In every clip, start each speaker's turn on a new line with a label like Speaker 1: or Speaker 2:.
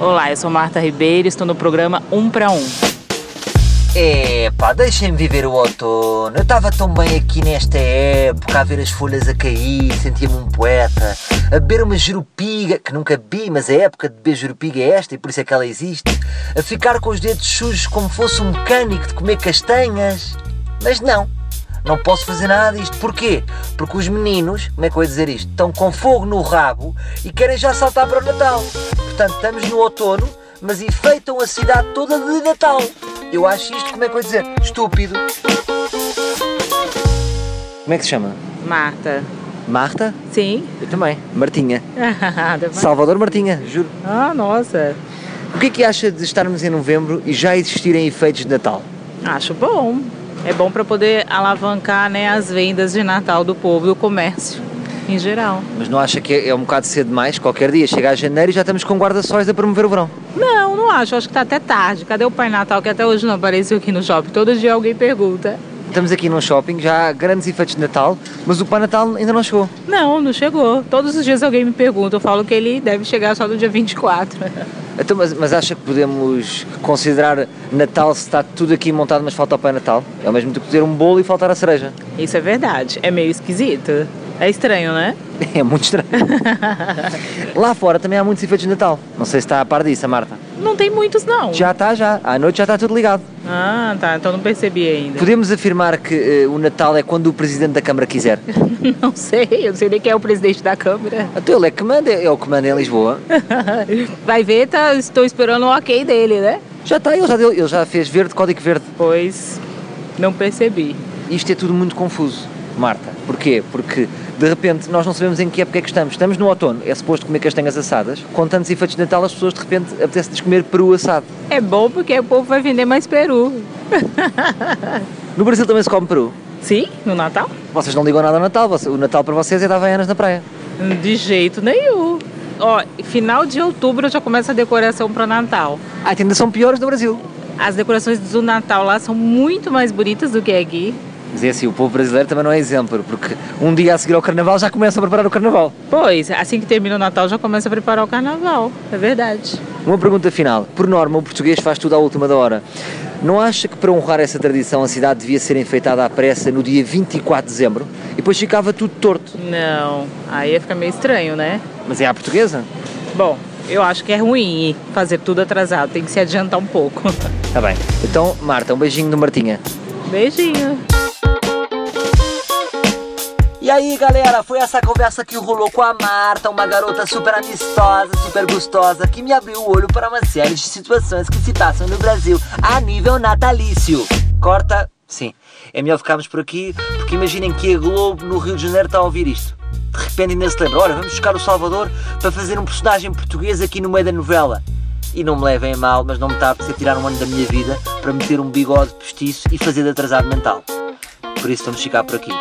Speaker 1: Olá, eu sou Marta Ribeiro e estou no programa Um para Um.
Speaker 2: Epá, deixem-me viver o outono. Eu estava tão bem aqui nesta época, a ver as folhas a cair, sentia-me um poeta, a beber uma jerupiga, que nunca bi, mas a época de beber jerupiga é esta e por isso é que ela existe, a ficar com os dedos sujos como fosse um mecânico de comer castanhas. Mas não, não posso fazer nada disto. Porquê? Porque os meninos, como é que eu ia dizer isto? Estão com fogo no rabo e querem já saltar para o Natal. Portanto, estamos no outono, mas enfeitam a cidade toda de Natal. Eu acho isto, como é que eu ia dizer? Estúpido. Como é que se chama?
Speaker 1: Marta.
Speaker 2: Marta?
Speaker 1: Sim?
Speaker 2: Eu também. Martinha.
Speaker 1: Tá bom.
Speaker 2: Salvador Martinha, juro.
Speaker 1: ah, nossa.
Speaker 2: O que é que acha de estarmos em novembro e já existirem efeitos de Natal?
Speaker 1: Acho bom. É bom para poder alavancar né, as vendas de Natal do povo, do comércio em geral.
Speaker 2: Mas não acha que é um bocado cedo demais? Qualquer dia, chega a janeiro e já estamos com guarda-sóis a promover o verão.
Speaker 1: Não, não acho. Acho que tá até tarde. Cadê o Pai Natal que até hoje não apareceu aqui no shopping? Todo dia alguém pergunta.
Speaker 2: Estamos aqui num shopping, já há grandes efeitos de Natal, mas o Pai Natal ainda não chegou.
Speaker 1: Não, não chegou. Todos os dias alguém me pergunta. Eu falo que ele deve chegar só no dia 24.
Speaker 2: Então, mas, mas acha que podemos considerar Natal se está tudo aqui montado, mas falta o Pai Natal? É o mesmo do que ter um bolo e faltar a cereja.
Speaker 1: Isso é verdade. É meio esquisito. É estranho, né?
Speaker 2: É muito estranho. Lá fora também há muitos efeitos de Natal. Não sei se está a par disso, a Marta.
Speaker 1: Não tem muitos, não.
Speaker 2: Já está, já. À noite já está tudo ligado.
Speaker 1: Ah, tá. Então não percebi ainda.
Speaker 2: Podemos afirmar que eh, o Natal é quando o Presidente da Câmara quiser.
Speaker 1: Não sei. Eu não sei nem quem é o presidente da Câmara.
Speaker 2: Até ele é que manda, é o que manda em Lisboa.
Speaker 1: Vai ver, tá, estou esperando o ok dele, né?
Speaker 2: Já está, ele já, deu, ele já fez verde, código verde.
Speaker 1: Pois não percebi.
Speaker 2: Isto é tudo muito confuso, Marta. Porquê? Porque de repente nós não sabemos em que época é que estamos. Estamos no outono, é suposto comer castanhas assadas. Com tantos efeitos de Natal, as pessoas de repente apetecem-lhes comer peru assado.
Speaker 1: É bom porque o povo vai vender mais peru.
Speaker 2: No Brasil também se come peru.
Speaker 1: Sim, no Natal?
Speaker 2: Vocês não ligam nada ao Natal, você- o Natal para vocês é dar Havaianas na praia.
Speaker 1: De jeito nenhum. Ó, final de outubro já começa a decoração para Natal.
Speaker 2: Ah, ainda são piores do Brasil.
Speaker 1: As decorações do Natal lá são muito mais bonitas do que aqui.
Speaker 2: Mas é assim, o povo brasileiro também não é exemplo, porque um dia a seguir ao Carnaval já começam a preparar o Carnaval.
Speaker 1: Pois, assim que termina o Natal já começa a preparar o carnaval. É verdade.
Speaker 2: Uma pergunta final. Por norma, o português faz tudo à última da hora. Não acha que para honrar essa tradição a cidade devia ser enfeitada à pressa no dia 24 de dezembro? E depois ficava tudo torto.
Speaker 1: Não, aí ia ficar meio estranho, né?
Speaker 2: Mas é à portuguesa?
Speaker 1: Bom, eu acho que é ruim fazer tudo atrasado, tem que se adiantar um pouco.
Speaker 2: Está bem. Então, Marta, um beijinho do Martinha.
Speaker 1: Beijinho.
Speaker 2: E aí, galera, foi essa conversa que rolou com a Marta, uma garota super amistosa, super gostosa, que me abriu o olho para uma série de situações que se passam no Brasil a nível natalício. Corta? Sim. É melhor ficarmos por aqui, porque imaginem que a Globo no Rio de Janeiro está a ouvir isto. De repente ainda se lembra, olha, vamos buscar o Salvador para fazer um personagem português aqui no meio da novela. E não me levem a mal, mas não me está a apetecer tirar um ano da minha vida para meter um bigode postiço e fazer de atrasado mental. Por isso vamos ficar por aqui.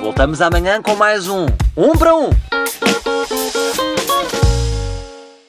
Speaker 2: Voltamos amanhã com mais um. Um para um!